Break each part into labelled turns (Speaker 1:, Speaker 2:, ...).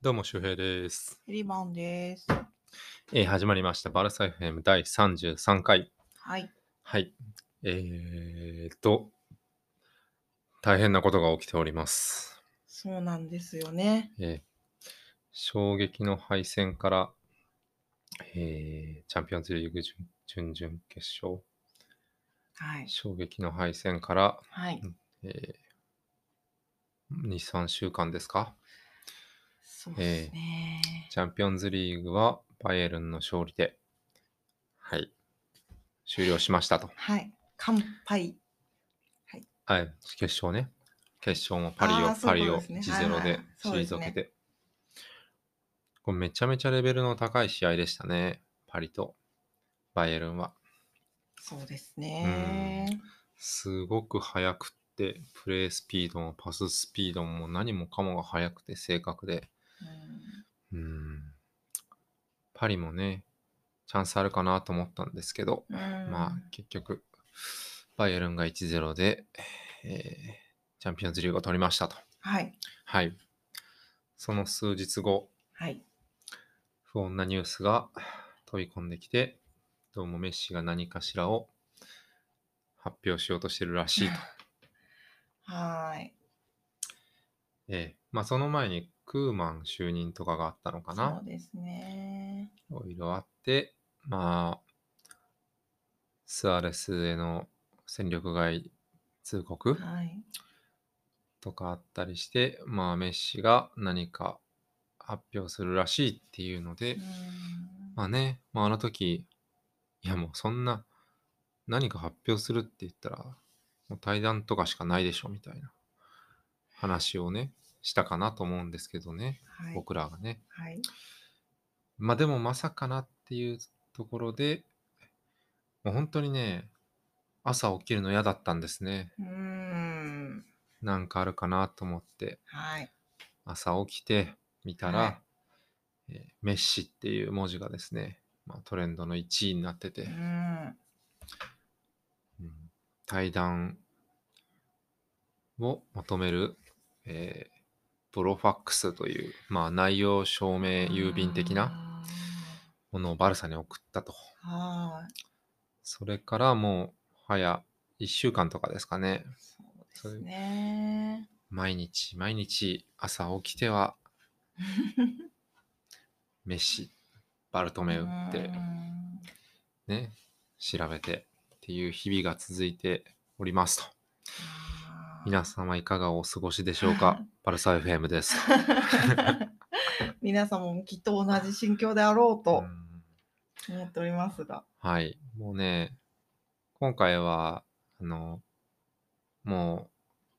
Speaker 1: どうも、周平です。
Speaker 2: リマンです。
Speaker 1: えー始まりました。バルサ FM 第33回。
Speaker 2: はい。
Speaker 1: はい。えー、っと、大変なことが起きております。
Speaker 2: そうなんですよね。
Speaker 1: えー衝撃の敗戦から、えーチャンピオンズリーグ準準々決勝、
Speaker 2: はい。
Speaker 1: 衝撃の敗戦から、
Speaker 2: はい。
Speaker 1: え2、3週間ですか
Speaker 2: そうですね。
Speaker 1: チャンピオンズリーグはバイエルンの勝利で、はい、終了しましたと。
Speaker 2: はい。乾杯。
Speaker 1: はい、決勝ね。決勝もパリ
Speaker 2: あ
Speaker 1: を、
Speaker 2: ーそう
Speaker 1: パ
Speaker 2: いう
Speaker 1: リ
Speaker 2: こと
Speaker 1: を
Speaker 2: ですね
Speaker 1: 1-0
Speaker 2: はい
Speaker 1: で
Speaker 2: はいそうです
Speaker 1: 退
Speaker 2: ね
Speaker 1: けて。これめちゃめちゃレベルの高い試合でしたね。パリとバイエルンは。
Speaker 2: そうですね。
Speaker 1: すごく速くって、プレースピードもパススピードも何もかもが速くて正確で。
Speaker 2: うん
Speaker 1: うん。パリもね、チャンスあるかなと思ったんですけど、
Speaker 2: うん
Speaker 1: まあ結局、バイエルンが1-0で、えーチャンピオンズリーグを取りましたと。
Speaker 2: はい。
Speaker 1: はい。その数日後、
Speaker 2: はい。
Speaker 1: 不穏なニュースが飛び込んできて、どうもメッシが何かしらを発表しようとしてるら しいと。
Speaker 2: はーい。
Speaker 1: ええまあその前にクーマン就任とかがあったのか
Speaker 2: そ
Speaker 1: な
Speaker 2: う。ですね。
Speaker 1: いろいろあって、まあ、スアレスへの戦力外通告
Speaker 2: はい。
Speaker 1: とかあったりして、まあメッシが何か発表するらしいっていうので、
Speaker 2: うん
Speaker 1: まあね、まあ、あの時、いやもうそんな、何か発表するって言ったら、もう対談とかしかないでしょみたいな話をね、したかなと思うんですけどね、
Speaker 2: はい。
Speaker 1: 僕らがね。
Speaker 2: はい。
Speaker 1: まあでもまさかなっていうところで、もう本当にね、朝起きるの嫌だったんですね。
Speaker 2: うん。
Speaker 1: なんかあるかなと思って、
Speaker 2: はい。
Speaker 1: 朝起きてみたら、
Speaker 2: は
Speaker 1: えーメッシっていう文字がですね、まあ、トレンドの1位になってて、
Speaker 2: うん。
Speaker 1: うん対談を求める、えープロファックスという、まあ、内容証明郵便的なものをバルサに送ったと。
Speaker 2: あー。はーい。
Speaker 1: それからもう早1週間とかですかね。
Speaker 2: そうですね。
Speaker 1: 毎日毎日朝起きては メッシ、バルトメウって
Speaker 2: うん
Speaker 1: ね、調べてっていう日々が続いておりますと。
Speaker 2: あー
Speaker 1: 皆様いかがお過ごしでしょう かバルサ FM です。
Speaker 2: 皆様もきっと同じ心境であろう
Speaker 1: う
Speaker 2: と
Speaker 1: ん
Speaker 2: 思っておりますが。
Speaker 1: はい。もうね、今回は、あの、も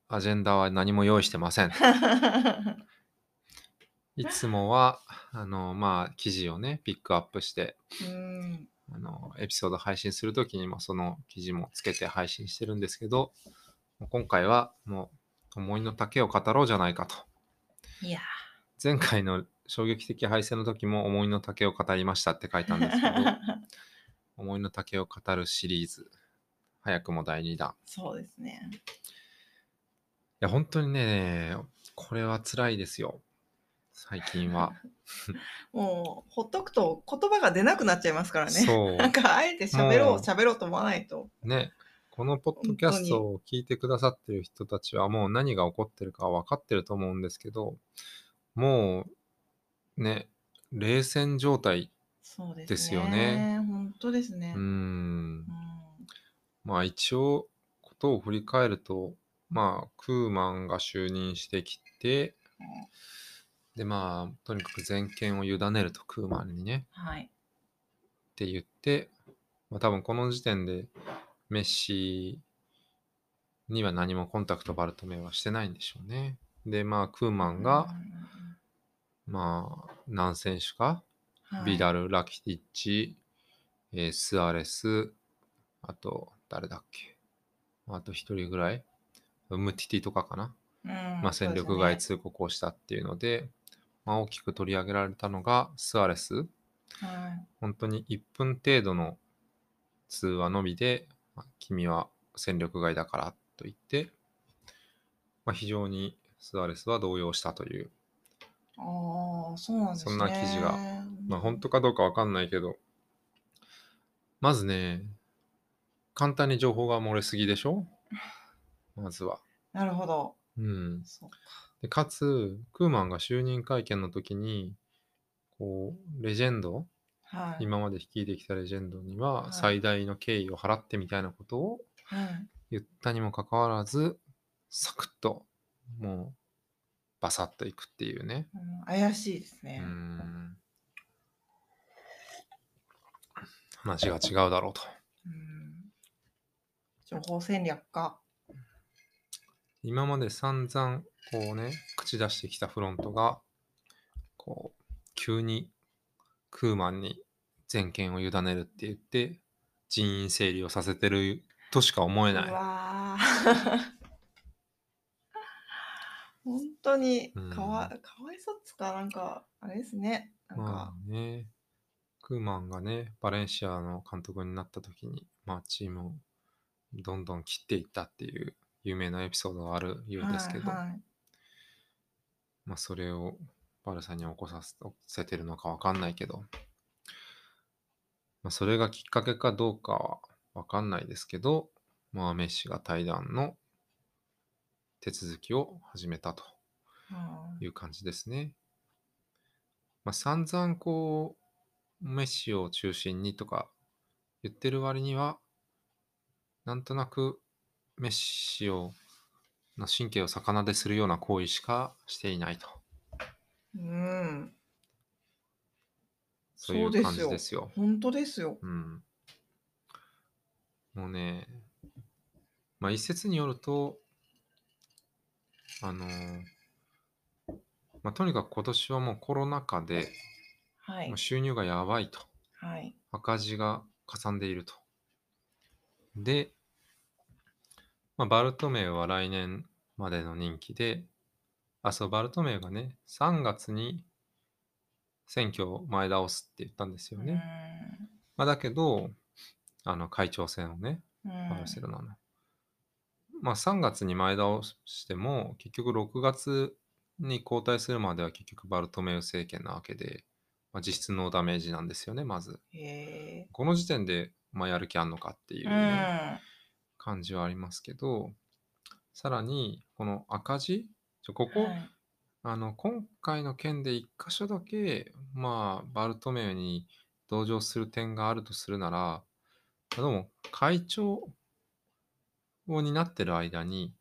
Speaker 1: う、アジェンダは何も用意してません。いつもは、あの、まあ、記事をね、ピックアップして、
Speaker 2: うん、
Speaker 1: あの、エピソード配信するときにも、その記事もつけて配信してるんですけど、もう今回は、もう、思いの丈を語ろうじゃないかと。
Speaker 2: いや
Speaker 1: 前回の衝撃的敗戦の時も、思いの丈を語りましたって書いたんです けど、思いの丈を語るシリーズ、早くも第2弾。
Speaker 2: そうですね。
Speaker 1: いや、本当にね、これは辛いですよ。最近 は。
Speaker 2: もうほっとくと言葉が出なくなっちゃいますからね。
Speaker 1: そ
Speaker 2: なんかあえて喋
Speaker 1: も
Speaker 2: ろ
Speaker 1: う
Speaker 2: う喋ろうと思わないと。
Speaker 1: う。ね。このポッドキャストを聞いてくださってる人たちはもう何が起こってるか分かってると思うんですけど、もう、ね、冷戦状態。
Speaker 2: そうですね。
Speaker 1: ですよね
Speaker 2: 本当です
Speaker 1: う
Speaker 2: ね。
Speaker 1: ーん
Speaker 2: う。ん
Speaker 1: まあ一応、ことを振り返ると、まあ、クーマンが就任してきて、で、まあ、とにかく全権を委ねると、クーマンにね。
Speaker 2: はい。
Speaker 1: って言って、まあ、多分この時点でメッシには何もコンタクトバルトメイはしてないんでしょうね。で、まあ、クーマンが、まあ、何選手か、
Speaker 2: うん
Speaker 1: ビダル、ラキティッチ、えースアレス、あと、誰だっけ。あと一人ぐらい。ムティティとかかな。まあ、戦力外、通告をしたっていうので、まあ、大きく取り上げられたのがスアレス。
Speaker 2: はいうんそうですねはい
Speaker 1: 本当に1分程度の通話のみで、まあ君は戦力外だからと言って、まあ、非常にスアレスは動揺したという
Speaker 2: ああ、そうなんですね。
Speaker 1: そんな記事が
Speaker 2: うん。
Speaker 1: まあ本当かどうかわかんないけど、まずね、簡単に情報が漏れすぎでしょまずは。
Speaker 2: なるほど。
Speaker 1: うん。
Speaker 2: そうか。
Speaker 1: でかつ、クーマンが就任会見の時に、こう、レジェンド、
Speaker 2: はい。
Speaker 1: 今まで率いてきたレジェンドに
Speaker 2: は
Speaker 1: はい最大の敬意を払ってみたいなことを
Speaker 2: はい、
Speaker 1: 言ったにもかかわらず、サクッと、もう、バサッといくっていうね。
Speaker 2: うん怪しいです
Speaker 1: う
Speaker 2: ね。
Speaker 1: ん。話が違うだろうと。
Speaker 2: うん情報戦略か。
Speaker 1: 今まで散々こうね口出してきたフロントがこう急にクーマンに全権を委ねるって言って人員整理をさせてるとしか思え
Speaker 2: う
Speaker 1: ない。
Speaker 2: わー 本当にかわ,、かわいそうっつうか、なんか、あれですね。なんか、
Speaker 1: まあね、クーマンがねバレンシアの監督になった時に、まあ、チームをどんどん切っていったっていう有名なエピソードがあるようですけど、
Speaker 2: はいはい
Speaker 1: まあ、それをバルサに起こさせ起こせてるのかわかんないけど、まあ、それがきっかけかどうかはわかんないですけど、まあ、メッシが対談の手続きを始めたと
Speaker 2: う
Speaker 1: い
Speaker 2: ん
Speaker 1: う感じですね。まあ、散々こう、メッシを中心にとか言ってる割には、なんとなくメッシをの神経を逆なでするような行為しかしていないと。
Speaker 2: うん、
Speaker 1: そうい
Speaker 2: そうで
Speaker 1: う
Speaker 2: す
Speaker 1: 感じ
Speaker 2: よ
Speaker 1: ですよ。
Speaker 2: 本当ですよ。
Speaker 1: うん。もうね、まあ一説によると、あのーまあ、とにかく今年はもうコロナ禍で
Speaker 2: はい
Speaker 1: もう。収入がやばいと、
Speaker 2: はい。
Speaker 1: 赤字がかさんでいると。で、まあ、バルトメイは来年までの任期で、あ、そう、バルトメイがね、3月に選挙を前倒すって言ったんですよね。まあ、だけど、あの会長選をね、
Speaker 2: うん。うん
Speaker 1: バルセロナの。まあ、3月に前倒しても、結局6月に交代するまでは結局バルトメウ政権なわけで、まあ、実質ノーダメージなんですよね、まず。
Speaker 2: へえ。
Speaker 1: この時点で、まあ、やる気あんのかっていううね、
Speaker 2: ん。
Speaker 1: 感じはありますけど、さらに、この赤字、ちょここ、
Speaker 2: はい
Speaker 1: あの今回の件で一箇所だけ、まあ、バルトメウに同情する点があるとするなら、どうも会長を担ってる間に、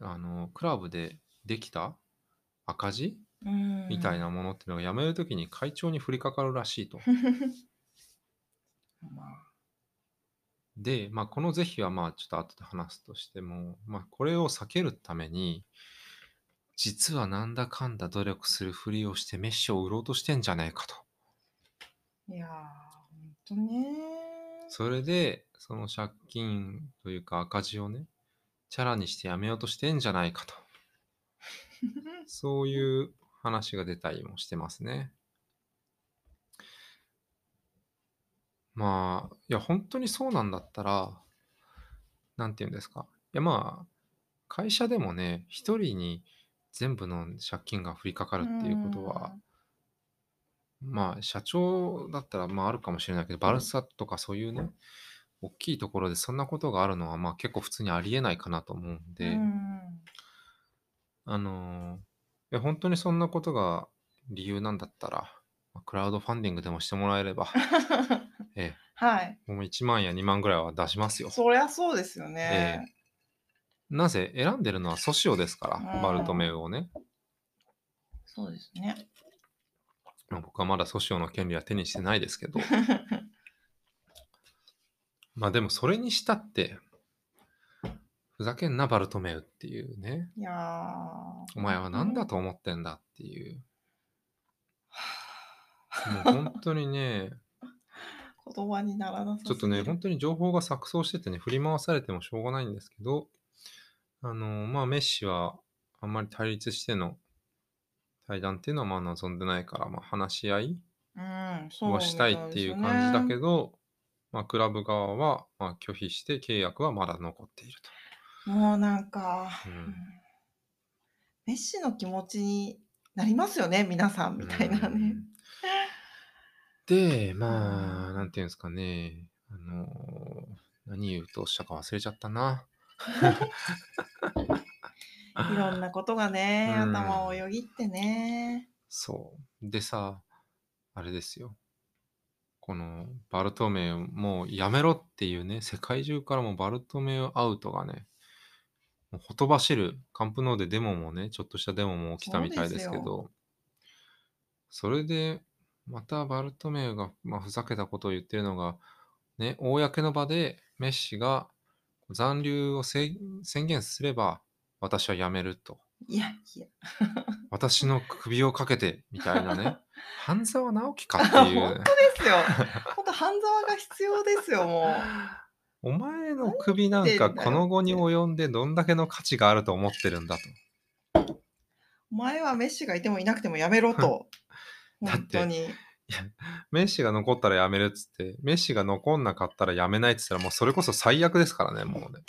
Speaker 1: あのクラブでできた赤字
Speaker 2: うん
Speaker 1: みたいなものっていうのが辞めるときに会長に降りかかるらしいと。
Speaker 2: まあ
Speaker 1: で、まあ、この是非はまあちょっと後で話すとしても、まあ、これを避けるために、実はなんだかんだ努力するふりをしてメッシュを売ろうとしてんじゃねえかと。
Speaker 2: いやー、本当ね
Speaker 1: それで、その借金というか赤字をね、チャラにしてやめようとしてんじゃないかと。そういう話が出たりもしてますね。まあ、いや、本当にそうなんだったら、なんて言うんですか。いや、まあ、会社でもね、一人に全部の借金が降りかかるっていうことは、まあ、社長だったら、まあ、あるかもしれないけど、バルサとかそういうね、大きいところでそんなことがあるのは、まあ、結構普通にありえないかなと思うん
Speaker 2: うん、
Speaker 1: で、あのーいや本当にそんなことが理由なんだったら、まあクラウドファンディングでもしてもらえ れば、え
Speaker 2: はい。
Speaker 1: え、もう1万や2万ぐらいは出しますよ。
Speaker 2: そりゃそうですよね。
Speaker 1: なぜ選んでるのはソシオですか
Speaker 2: う
Speaker 1: ら、
Speaker 2: ん
Speaker 1: バルトメウをね。
Speaker 2: そうですね。
Speaker 1: まあ、僕はまだソシオの権利は手にしてないです けど、まあでもそれにしたって、ふざけんなバルトメウっていうね、
Speaker 2: いやー。
Speaker 1: お前は何だと思ってんだって いう、もう本当にね、
Speaker 2: 言葉にならなさ
Speaker 1: ちょっとね、本
Speaker 2: 当
Speaker 1: 当に情報が錯綜しててね、振り回されてもしょうがないんですけど、あの、まあ、メッシはあんまり対立しての対談っていうのはまあ望んでないから、まあ、話し合い
Speaker 2: うん、そう
Speaker 1: をしたいっていう感じだけ
Speaker 2: ど。
Speaker 1: ど、まあ、クラブ側はまあ拒否して契約はまだ残っている
Speaker 2: もうなんか、
Speaker 1: うん
Speaker 2: メッシの気持ちになりますよね、皆さんみたいな
Speaker 1: う
Speaker 2: ね。
Speaker 1: んで、まあ、なんていうんですかね。あのー、何言うとおっしゃるか忘れちゃったな。
Speaker 2: いろんなことがね、
Speaker 1: うん
Speaker 2: 頭をよぎってね。
Speaker 1: そう。でさ、あれですよ。このバルトメウ、もうやめろっていうね、世界中からもうバルトメウアウトがね、もうほとばしる、カンプノーでデモもね、ちょっとしたデモも起きたみたいですけ
Speaker 2: そ
Speaker 1: ど、それで、またバルトメウが、まあ、ふざけたことを言ってるのが、ね、公の場でメッシが残留をせい宣言すれば、私は辞めると。
Speaker 2: いやいや。
Speaker 1: 私の首をかけてみたいな ね半沢直樹かってい
Speaker 2: 本
Speaker 1: う
Speaker 2: 当ですよ。本当半沢が必要ですよ、も
Speaker 1: お前の首なんかこの後に及んでどんだけの価値があると思ってるんだと
Speaker 2: う。前はメッシがいてもいなくてもやめろと。
Speaker 1: だっ
Speaker 2: 本
Speaker 1: て
Speaker 2: 当に。
Speaker 1: メッシが残ったらやめるっつってメッシが残んなかったらやめないっつったらもうそれこそ最悪ですからねもうね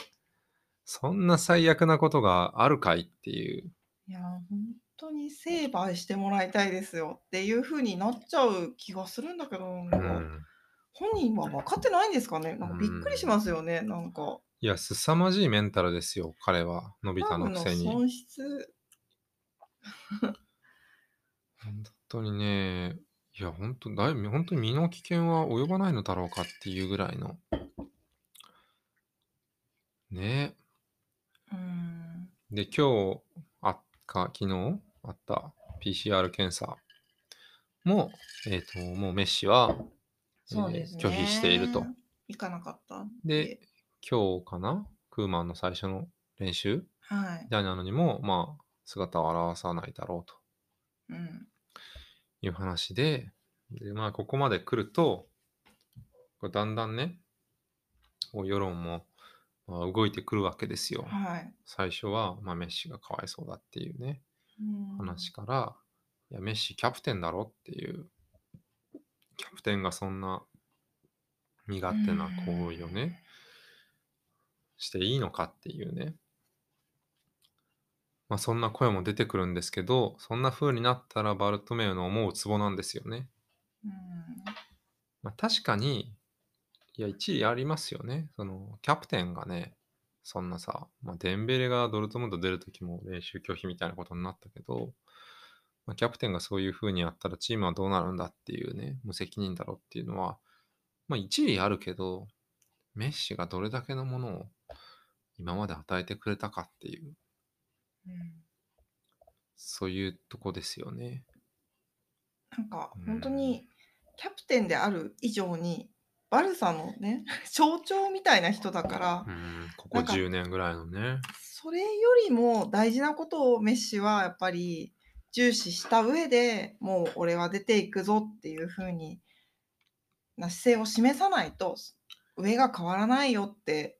Speaker 1: そんな最悪なことがあるかいっていう
Speaker 2: いや、本当に成敗してもらいたいですよっていうふうになっちゃう気がするんだけど、な
Speaker 1: うん
Speaker 2: か
Speaker 1: ん
Speaker 2: 本人は分かってないんですかね。なんかびっくりしますよね、なんか。
Speaker 1: いや凄まじいメンタルですよ彼はのび
Speaker 2: ク
Speaker 1: 太
Speaker 2: ラブ
Speaker 1: のく
Speaker 2: の
Speaker 1: せに
Speaker 2: 損失。
Speaker 1: 本当にね、いや、本当だい、本当に身の危険は及ばないのだろうかっていうぐらいの。ね
Speaker 2: うん。
Speaker 1: え。で、今日、あっか、昨日あった PCR 検査も、えっ、と、もうメッシは、えー
Speaker 2: そうですね。
Speaker 1: 拒否していると。。
Speaker 2: 行かなかった。
Speaker 1: で、今日かなクーマンの最初の練習
Speaker 2: はい
Speaker 1: み。たいなのにも、まあ、姿を現さないだろうと。
Speaker 2: うん。
Speaker 1: いう話で、でまあ、ここまで来ると、こうだんだんね、こう世論もまあ動いてくるわけですよ。
Speaker 2: はい。
Speaker 1: 最初は、まあ、メッシがかわいそうだっていうね、
Speaker 2: うん
Speaker 1: 話から、いや、メッシキャプテンだろっていう、キャプテンがそんな身勝手な行為をね、していいのかっていうね。まあ、そんな声も出てくるんですけど、そんな風になったらバルトメウの思うツボなんですよね。
Speaker 2: うん。
Speaker 1: まあ、確かに、いや、一理ありますよね。その、キャプテンがね、そんなさ、まあ、デンベレがドルトムント出るときも練習拒否みたいなことになったけど、まあ、キャプテンがそういう風にやったらチームはどうなるんだっていうね、無責任だろうっていうのは、まあ、一理あるけど、メッシがどれだけのものを今まで与えてくれたかっていう、
Speaker 2: うん
Speaker 1: そういうとこですよね。
Speaker 2: なんか
Speaker 1: うん
Speaker 2: 本当にキャプテンである以上にバルサのね 象徴みたいな人だから
Speaker 1: うん、ここ
Speaker 2: なんか
Speaker 1: 10年ぐらいのね。
Speaker 2: それよりも大事なことをメッシはやっぱり重視した上でもう俺は出ていくぞっていう風にな姿勢を示さないと上が変わらないよって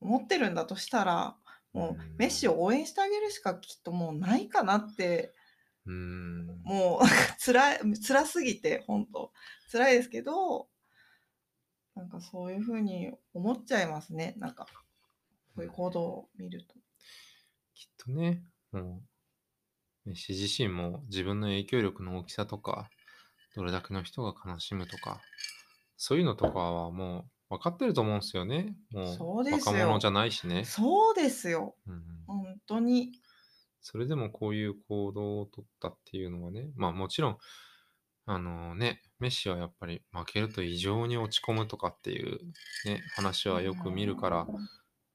Speaker 2: 思ってるんだとしたらもうメッシを応援してあげるしかきっともうないかなって
Speaker 1: うん。
Speaker 2: もう辛い 辛すぎて本当辛いですけどなんかそういうふうに思っちゃいますねなんかこういう行動を見ると。
Speaker 1: きっとね、もう、メッシ自身も自分の影響力の大きさとか、どれだけの人が悲しむとか、そういうのとかはもう分かってると思うんですよね。も
Speaker 2: そう
Speaker 1: う
Speaker 2: ですよ
Speaker 1: 若者じゃないしね。
Speaker 2: そうですよ
Speaker 1: うん、
Speaker 2: 本当に。
Speaker 1: それでもこういう行動を取ったっていうのはね、まあもちろん、あのね、メッシはやっぱり負けると異常に落ち込むとかっていうね、話はよく見るから、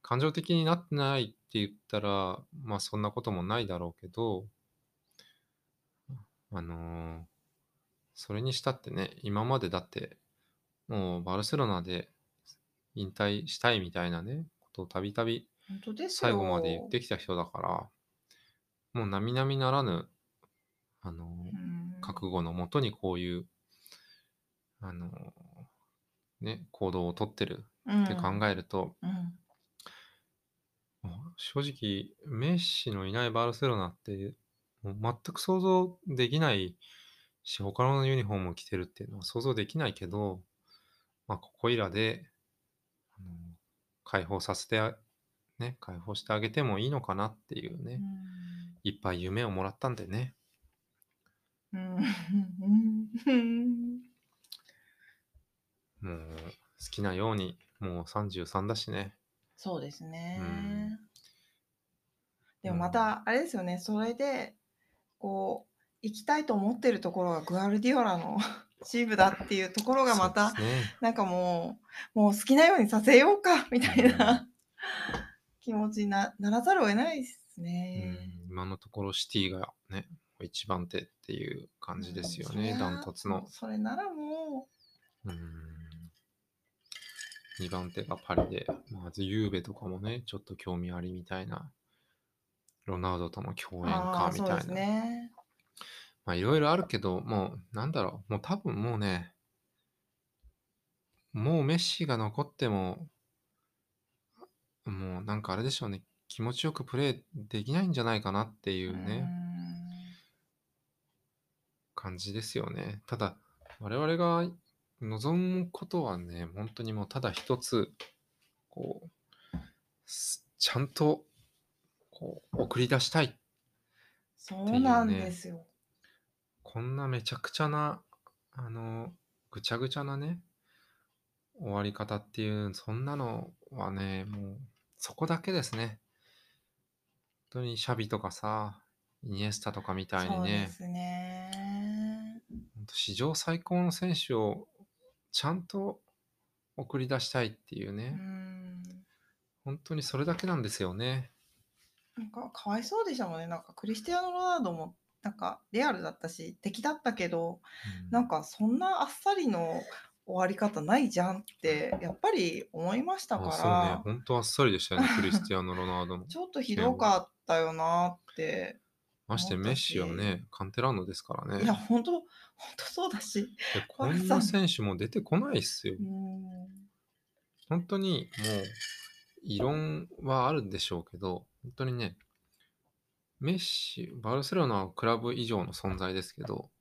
Speaker 1: 感情的になってないって言ったら、まあそんなこともないだろうけど、あのーそれにしたってね、今までだって、もうバルセロナで引退したいみたいなね、ことをたびたび
Speaker 2: 本当ですよ
Speaker 1: 最後まで言ってきた人だから、もう並々ならぬ、あのー
Speaker 2: うん
Speaker 1: 覚悟のもとにこういう、あのーね、行動をとってるって考えると、
Speaker 2: うんうん
Speaker 1: もう正直、メッシのいないバルセロナって、もう全く想像できないし、他のユニフォームを着てるっていうのは想像できないけど、まあ、ここいらで、あの解放させてあ、ね、解放してあげてもいいのかなっていうね、
Speaker 2: うん
Speaker 1: いっぱい夢をもらったんでね、
Speaker 2: うん。
Speaker 1: もう好きなように、もう33だしね。
Speaker 2: そうですね。
Speaker 1: うん
Speaker 2: でもまた、あれですよね、それで、こう、行きたいと思ってるところがグアルディオラの チームだっていうところがまた
Speaker 1: そう、です
Speaker 2: なんかもう、もう好きなようにさせようか、みたいな 気持ちになならざるを得ないです
Speaker 1: ね
Speaker 2: ね。
Speaker 1: うん今のところシティがね、一番手っていう感じですよ
Speaker 2: う
Speaker 1: ね、
Speaker 2: ん
Speaker 1: ダントツ。
Speaker 2: そり
Speaker 1: の
Speaker 2: ゃ。それならも
Speaker 1: うん2番手がパリで、まずユーベとかもね、ちょっと興味ありみたいな、ロナウドとの
Speaker 2: う、
Speaker 1: 共演
Speaker 2: あ
Speaker 1: か
Speaker 2: あ、
Speaker 1: み
Speaker 2: そう
Speaker 1: た
Speaker 2: で
Speaker 1: い
Speaker 2: す
Speaker 1: な。
Speaker 2: ね。
Speaker 1: まあいろいろあるけど、もうなんだろう、もう多分もうね、もうメッシが残っても、もうなんかあれでしょうね、気持ちよくプレーできないんじゃないかなっていうね、感じですよね。ただ、我々が望むことはね、本当にもうただ一つ、こう、すちゃんと、こう、送り出したい
Speaker 2: うん。そうなんですよ。
Speaker 1: こんなめちゃくちゃな、あの、ぐちゃぐちゃなね、終わり方っていう、そんなのはね、もう、そこだけですね。本当にシャビとかさ、イニエスタとかみたいに
Speaker 2: そうで
Speaker 1: ね、
Speaker 2: すね。
Speaker 1: ほんと史上最高の選手をちゃんと送り出したいっていう
Speaker 2: う
Speaker 1: ね、
Speaker 2: ん。
Speaker 1: 本当にそれだけなんですよね。
Speaker 2: なんかかわいそうでしたもんね。なんかクリスティアーノ・ロナウドもなんかレアルだったし敵だったけど、
Speaker 1: う
Speaker 2: なんかそんなあっさりの終わり方ないじゃんってやっぱり思いました
Speaker 1: あ
Speaker 2: か
Speaker 1: そうね
Speaker 2: ら、、
Speaker 1: 本当あっさりでしたよ ね、クリスティアーノ・ロナウドの。
Speaker 2: ちょっとひどかったよなって。
Speaker 1: まして
Speaker 2: 思っ
Speaker 1: メ
Speaker 2: た
Speaker 1: ッ
Speaker 2: し
Speaker 1: シはね、カンテラーノですからね。
Speaker 2: いや本当本当そうだし。
Speaker 1: でこ
Speaker 2: わざ
Speaker 1: んな選手も出てこないっすよ
Speaker 2: う。ん。
Speaker 1: 本当にもう、異論はあるんでしょうけど、本当にね、メッシ、バルセロナはクラブ以上の存在ですけど、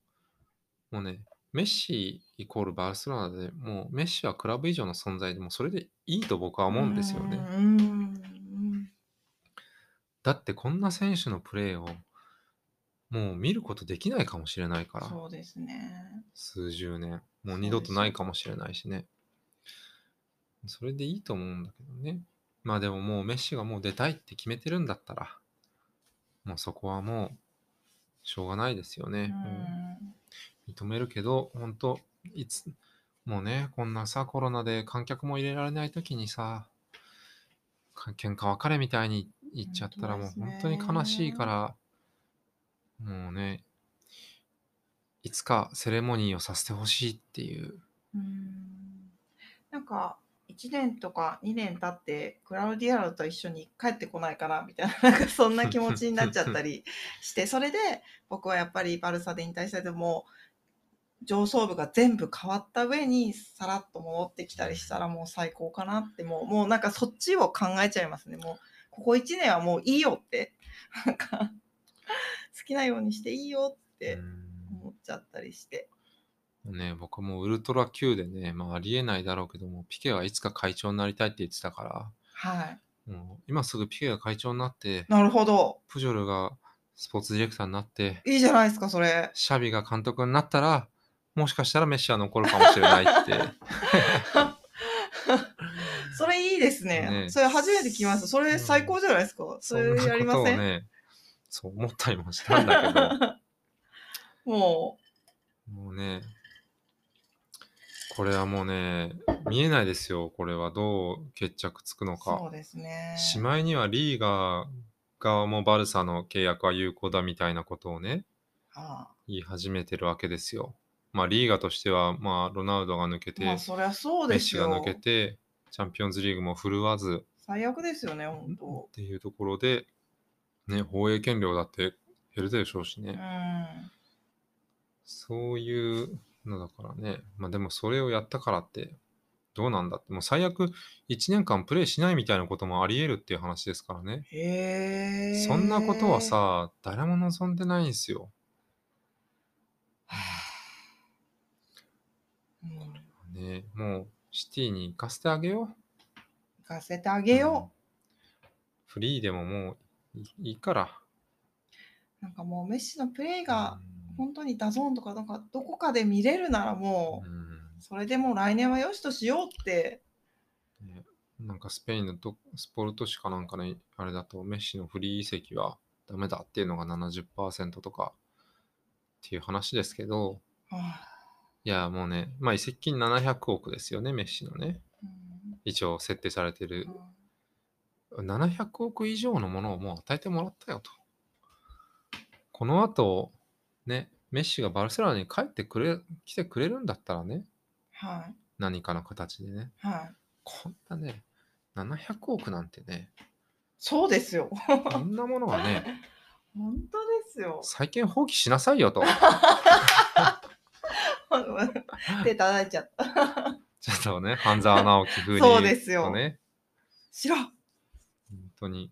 Speaker 1: もうね、メッシイコールバルセロナでもうメッシはクラブ以上の存在でもうそれでいいと僕は思うんですよね。
Speaker 2: うん。うん
Speaker 1: だってこんな選手のプレーをもう見ることできないかもしれないから。
Speaker 2: そうですね。
Speaker 1: 数十年も
Speaker 2: そうう
Speaker 1: 二度
Speaker 2: で
Speaker 1: と
Speaker 2: す
Speaker 1: な
Speaker 2: よ
Speaker 1: いかもしれないしねそれでいいと思うんだけどねまあでももうメッシがもう出たいって決めてるんだったらもうそこはもうしょうがないですよ
Speaker 2: う
Speaker 1: ね、も
Speaker 2: ん。
Speaker 1: う認めるけど本当いつもうねこんなさコロナで観客も入れられない時にさか喧嘩別れみたいに言っちゃったらもう
Speaker 2: 本
Speaker 1: 本当
Speaker 2: 当で
Speaker 1: に
Speaker 2: すね
Speaker 1: 悲しいからもうねいつかセレモニーをさせてほしいっていう
Speaker 2: うんなんか1年とか2年経ってクラウディアロと一緒に帰ってこないかなみたいななん かそんな気持ちになっちゃったりしてそれで僕はやっぱりバルサで引退したでも上層部が全部変わった上にさらっと戻ってきたりしたらもう最高かなってもうもうなんかそっちを考えちゃいますねもうここ1年はもういいよってなんか好きなようにしていいよって
Speaker 1: うん
Speaker 2: 思っちゃったりして。
Speaker 1: ね、僕もウルトラ Q でね、まあ、ありえないだろうけども、ピケはいつか会長になりたいって言ってたか
Speaker 2: はい、
Speaker 1: ら、もう今すぐピケが会長になって、
Speaker 2: なるほど
Speaker 1: プジョルがスポーツディレクターになって、
Speaker 2: いいじゃないですかそれ。
Speaker 1: シャビが監督になったら、もしかしたらメッシは残るかもしれない って。
Speaker 2: それいいですね。
Speaker 1: ね
Speaker 2: それ初めて聞きました。そうれ
Speaker 1: ん
Speaker 2: 最高じゃないですか。それやりません。
Speaker 1: ね、そう思ったりもしたん だ
Speaker 2: も
Speaker 1: けど、もうね、これはもうね、見えないですよ。これはどう決着つくの
Speaker 2: う、
Speaker 1: か。
Speaker 2: そうですね。
Speaker 1: しまいにはリーガー側もバルサの契約は有効だみたいなことをね、
Speaker 2: あ
Speaker 1: 言い始めてるわけですよ。まあ、リーガとしては、まあ、ロナウドが抜け
Speaker 2: あ
Speaker 1: て、
Speaker 2: まあ、そりゃそう
Speaker 1: メッ
Speaker 2: で
Speaker 1: シ
Speaker 2: す
Speaker 1: が抜
Speaker 2: よ。
Speaker 1: けて、チャンピオンズリーグも振るわず、
Speaker 2: 最悪ですよね、本
Speaker 1: っ
Speaker 2: 当。
Speaker 1: ていうところで、ね、放映権料だって減るでしょうしね。
Speaker 2: うん。
Speaker 1: そういうのだからね。まあでもそれをやったからってどうなんだって。もう最悪1年間プレイしないみたいなこともあり得るっていう話ですからね。
Speaker 2: へえ。
Speaker 1: そんなことは。さ、誰も望んでないんですよ。
Speaker 2: うん、行
Speaker 1: ね、もうシティに行かせてあげよ
Speaker 2: かせてあ
Speaker 1: う。
Speaker 2: げ
Speaker 1: う
Speaker 2: よ
Speaker 1: んフリーでももういいいから。
Speaker 2: う。なんかもうメッシのプレイが、
Speaker 1: うん
Speaker 2: 本当にダゾーンとかなんかどこかで見れるならもう、それでもう来年はよしとしようって
Speaker 1: うんねなんかスペインのどスポルト紙かなんかね、あれだとメッシのフリー移籍はダメだっていうのが70%とかっていう話ですけど、
Speaker 2: あ
Speaker 1: いやもうね、まあ移籍金700億ですよね、メッシのね。
Speaker 2: あうん
Speaker 1: 一応設定されてる
Speaker 2: うん
Speaker 1: 700億以上のものをもう与えてもらったよと。この後、ね、メッシがバルセロナに帰ってくれ、来てくれるんだったらね、
Speaker 2: はい
Speaker 1: 何かの形でね、
Speaker 2: はい
Speaker 1: こんなね、700億なんてね、
Speaker 2: そうですよ
Speaker 1: こんなものはね、
Speaker 2: 本当ですよ
Speaker 1: 債権放棄しなさいよ と。
Speaker 2: 手叩いちゃった
Speaker 1: ちょっとね、半沢直樹風に、
Speaker 2: そうですよ
Speaker 1: ね、
Speaker 2: しろ
Speaker 1: 本当に、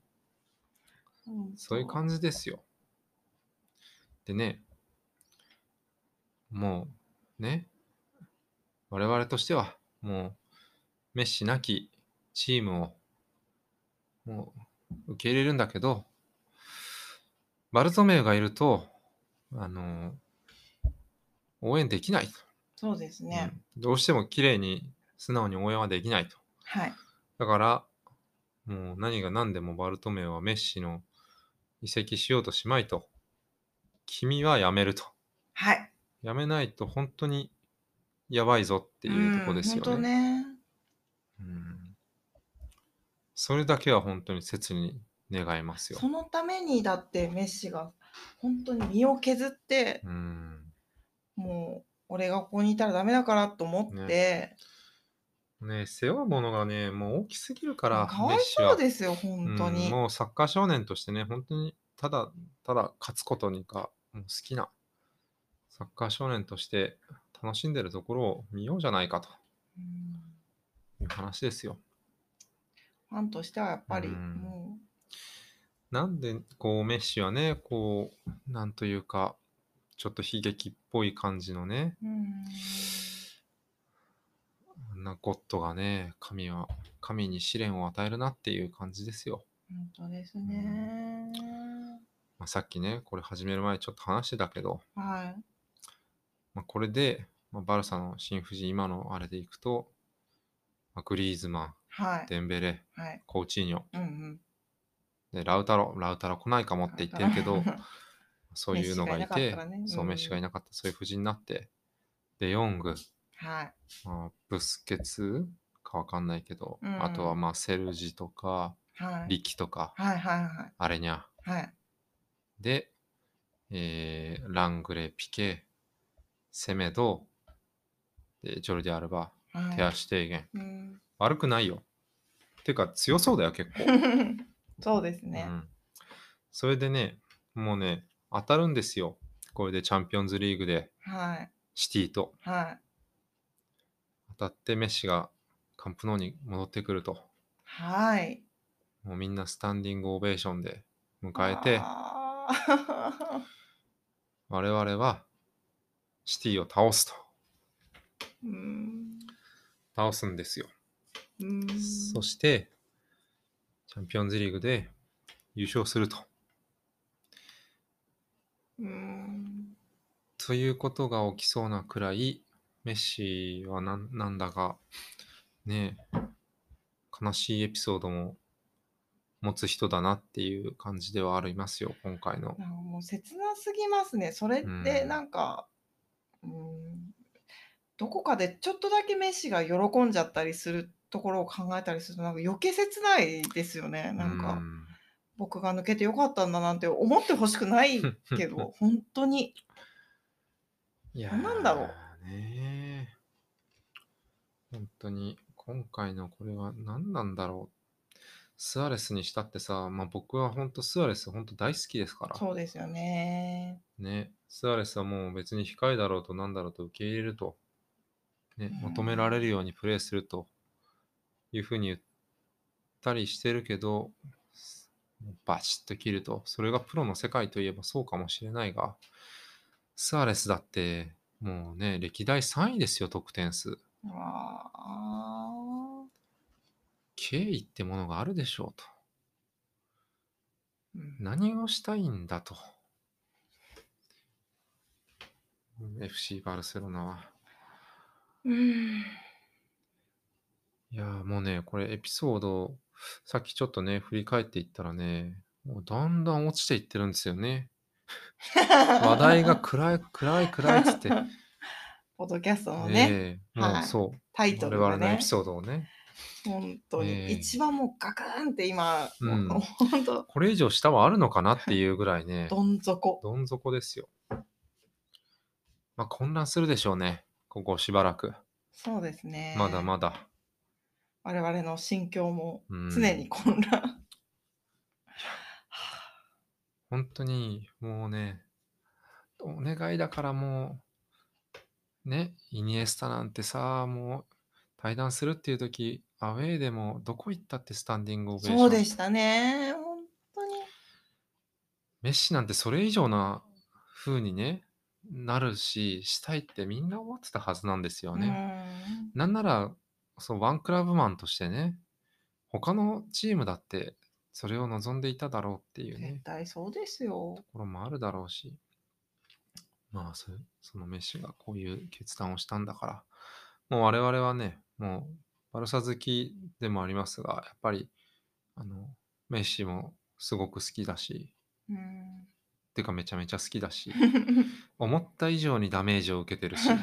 Speaker 1: そういう感じですよ。でね、もうね、我々としては、もう、メッシなきチームを、もう、受け入れるんだけど、バルトメイがいると、あの応援できないと、
Speaker 2: そうですね、
Speaker 1: うんどうしても綺麗に、素直に応援はできないと。
Speaker 2: はい
Speaker 1: だから、もう何が何でもバルトメイはメッシの移籍しようとしまいと。君はやめると。
Speaker 2: はい
Speaker 1: やめないと本当にやばいぞっていうとこですよ
Speaker 2: うん、本当
Speaker 1: ね。
Speaker 2: ね
Speaker 1: うんそれだけは本当に切に願いますよ
Speaker 2: そ。のためにだってメッシが本当に身を削って
Speaker 1: うん。
Speaker 2: もう俺がここにいたらダメだからと思って、
Speaker 1: ね背負うものがね、もう大きすぎるから、
Speaker 2: かわいそうですよ本当
Speaker 1: う
Speaker 2: に、
Speaker 1: んもうサッカー少年としてね、本当にただただ勝つことにか、もう好きなサッカー少年として楽しんでるところを見ようじゃないかと
Speaker 2: うん
Speaker 1: いう話ですよ。
Speaker 2: ファンとしてはやっぱり、
Speaker 1: うん
Speaker 2: も
Speaker 1: なんで、こう、メッシはね、こう、なんというか、ちょっと悲劇っぽい感じのね、
Speaker 2: う、うん
Speaker 1: あんなゴッドがね、神は、神に試練を与えるなっていう感じですよ。
Speaker 2: 本当ですね、
Speaker 1: まあ、さっきね、これ始める前にちょっと話してたけど、
Speaker 2: はい
Speaker 1: まあ、これで、まあ、バルサの新婦人、今のあれでいくと、まあ、グリーズマン、
Speaker 2: はい
Speaker 1: デンベレ、
Speaker 2: はい
Speaker 1: コーチーニョ、
Speaker 2: うんうん
Speaker 1: でラウタロ、ラウタロ来ないかもって言ってるけど、そういうのがい
Speaker 2: メッシが
Speaker 1: て
Speaker 2: いなかったらね、
Speaker 1: そう、
Speaker 2: うん
Speaker 1: メッシがいなかった、そういう布陣になって、で、ヨング、
Speaker 2: はい
Speaker 1: まあ、ブスケツかわかんないけど、
Speaker 2: うん
Speaker 1: あとはまあセルジとか、
Speaker 2: はい
Speaker 1: リキとか、
Speaker 2: はいは
Speaker 1: アレニャ。
Speaker 2: いはいはい
Speaker 1: で、えーラングレー、ピケ、セメド、でジョルディ・アルバ、
Speaker 2: はい
Speaker 1: テアシュテーゲン。
Speaker 2: うん
Speaker 1: 悪くないよ。てか強そうだよ、結構。
Speaker 2: そうです
Speaker 1: う
Speaker 2: ね、
Speaker 1: ん、それでね、もうね、当たるんですよ。これでチャンピオンズリーグで
Speaker 2: はい
Speaker 1: シティと
Speaker 2: はい
Speaker 1: 当たってメッシがカンプノーに戻ってくると、
Speaker 2: はい
Speaker 1: もうみんなスタンディングオベーションで迎え て、
Speaker 2: あー
Speaker 1: 我々はシティを倒すと。
Speaker 2: うん
Speaker 1: 倒すんですよ。
Speaker 2: うん
Speaker 1: そして、チャンピオンズリーグで優勝すると。
Speaker 2: うん
Speaker 1: ということが起きそうなくらい、メッシはなんなんだか、ねえ、悲しいエピソードも持つ人だなっていう感じではありますよ、今回の。
Speaker 2: なんかもう切なすぎますね。それって
Speaker 1: うん
Speaker 2: なんか、うん、どこかでちょっとだけメッシが喜んじゃったりするところを考えたりするとなんか余計切ないですよね。なん
Speaker 1: う
Speaker 2: か僕が抜けてよかったんだなんて思ってほしくないけど本当に
Speaker 1: いや
Speaker 2: なんだろ
Speaker 1: う。ねえ本当に、今回のこれは何なんだろう。スアレスにしたってさ、まあ、僕は本当スアレス本当大好きですから。
Speaker 2: そうですよね。
Speaker 1: ね、スアレスはもう別に控えだろうと何だろうと受け入れると、ね、
Speaker 2: うん
Speaker 1: 求められるようにプレーするというふうに言ったりしてるけど、すバチッと切ると、それがプロの世界といえばそうかもしれないが、スアレスだってもうね、歴代3位ですよ、得点数。
Speaker 2: ああ、
Speaker 1: 敬意ってものがあるでしょうと。
Speaker 2: うん
Speaker 1: 何をしたいんだと。 FC バルセロナは。
Speaker 2: うん。
Speaker 1: いやーもうね、これエピソード、さっきちょっとね、振り返っていったらね、もうだんだん落ちていってるんですよね。話
Speaker 2: 話
Speaker 1: 題が。暗い、暗い、暗いっつ って。ね
Speaker 2: ポッドキャストのね、
Speaker 1: えもう、
Speaker 2: はい
Speaker 1: そう。
Speaker 2: タイト
Speaker 1: 我
Speaker 2: ルが
Speaker 1: 々のエ
Speaker 2: ね
Speaker 1: ピ、ソードをね、
Speaker 2: 本当
Speaker 1: ええ
Speaker 2: に、一番もうガクーンって今、
Speaker 1: うん
Speaker 2: もう本当、
Speaker 1: これ以上下はあるのかなっていうぐらいね、
Speaker 2: どん底。
Speaker 1: どん底ですよ。まあ混乱するでしょうね、ここしばらく。
Speaker 2: そうですね。
Speaker 1: まだまだ。
Speaker 2: 我々の心境も
Speaker 1: うん
Speaker 2: 常に混乱。
Speaker 1: 本当にもうね、お願いだからもう、ね、イニエスタなんてさ、もう対談するっていう時アウェーでもどこ行ったってスタンディングオベーション。
Speaker 2: そうでしたね。本当に。
Speaker 1: メッシなんてそれ以上な風にね、なるし、したいってみんな思ってたはずなんですよね。
Speaker 2: うん
Speaker 1: なんなら、そう、ワンクラブマンとしてね、他のチームだってそれを望んでいただろうっていうね
Speaker 2: 絶。対そうですよ。
Speaker 1: ところもあるだろうし、まあそ、そのメッシがこういう決断をしたんだから、もう我々はね、もうバルサ好きでもありますが、やっぱり、あの、メッシもすごく好きだし、
Speaker 2: うん、
Speaker 1: てかめちゃめちゃ好きだ し、思った以上にダメージを受けてるし、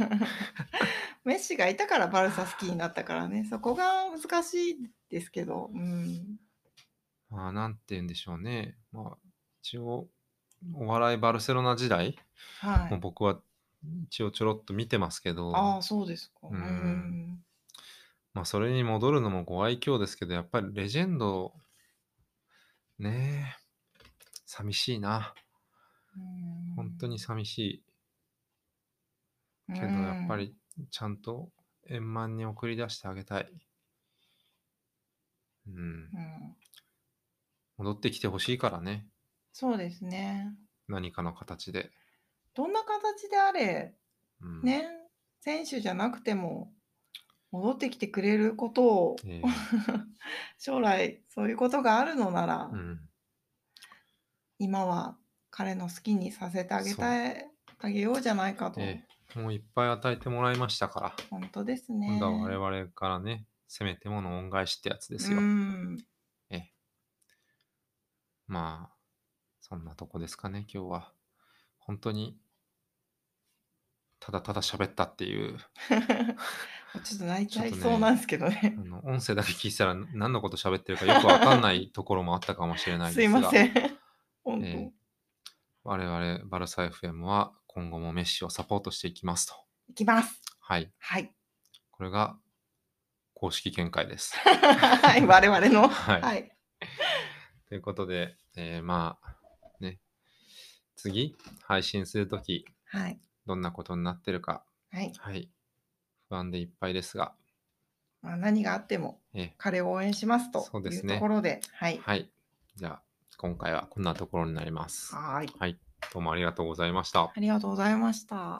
Speaker 2: メッシがいたからバルサ好きになったからね、そこが難しいですけど、うん、
Speaker 1: まあ、なんて言うんでしょうね、まあ、一応、お笑いバルセロナ時代、
Speaker 2: は
Speaker 1: もう
Speaker 2: い。
Speaker 1: 僕は一応ちょろっと見てますけど、
Speaker 2: ああ、そうですか。
Speaker 1: う
Speaker 2: うんん、
Speaker 1: まあそれに戻るのもご愛嬌ですけど、やっぱりレジェンド、ねえ、寂しいな。
Speaker 2: うん
Speaker 1: 本当に寂しい。けど
Speaker 2: うん
Speaker 1: やっぱりちゃんと円満に送り出してあげたい。うん
Speaker 2: う。ん、
Speaker 1: 戻ってきてほしいからね。
Speaker 2: そうですね。
Speaker 1: 何かの形で。
Speaker 2: どんな形であれ、
Speaker 1: うん、
Speaker 2: ね、選手じゃなくても戻ってきてくれることを、
Speaker 1: ええ
Speaker 2: 将来そういうことがあるのなら、
Speaker 1: うん。
Speaker 2: 今は彼の好きにさせてあげたいあげようじゃないかと、
Speaker 1: ええもういっぱい与えてもらいましたから。
Speaker 2: 本当ですね。
Speaker 1: 今度は我々からね、せめてもの恩返しってやつですよ。
Speaker 2: うん
Speaker 1: まあ、そんなとこですかね、今日は。本当に、ただただ喋ったっていう、
Speaker 2: ちょっと泣いちゃい
Speaker 1: ちょっとね
Speaker 2: そうなんですけど ね。
Speaker 1: あの音声だけ聞いてたらな何のこと喋ってるかよくわかんないところもあったかもしれないです
Speaker 2: す
Speaker 1: が、
Speaker 2: いません。本当、
Speaker 1: え我々、バルサ FM は今後もメッシをサポートしていきますと。
Speaker 2: いきます。
Speaker 1: はい。
Speaker 2: はい。
Speaker 1: これが公式見解 です。
Speaker 2: はい我々の。
Speaker 1: はい
Speaker 2: はい。
Speaker 1: ということで、えーまあ、ね、次、配信するとき、
Speaker 2: はい。
Speaker 1: どんなことになってるか、
Speaker 2: はい。
Speaker 1: はい。不安でいっぱいですが、
Speaker 2: まあ、何があっても
Speaker 1: えー
Speaker 2: 彼を応援しますとい
Speaker 1: そうです
Speaker 2: う
Speaker 1: ね
Speaker 2: ところで。はい。
Speaker 1: はい。じゃあ、今回はこんなところになります。
Speaker 2: はい。
Speaker 1: どうもありがとうございました。
Speaker 2: ありがとうございました。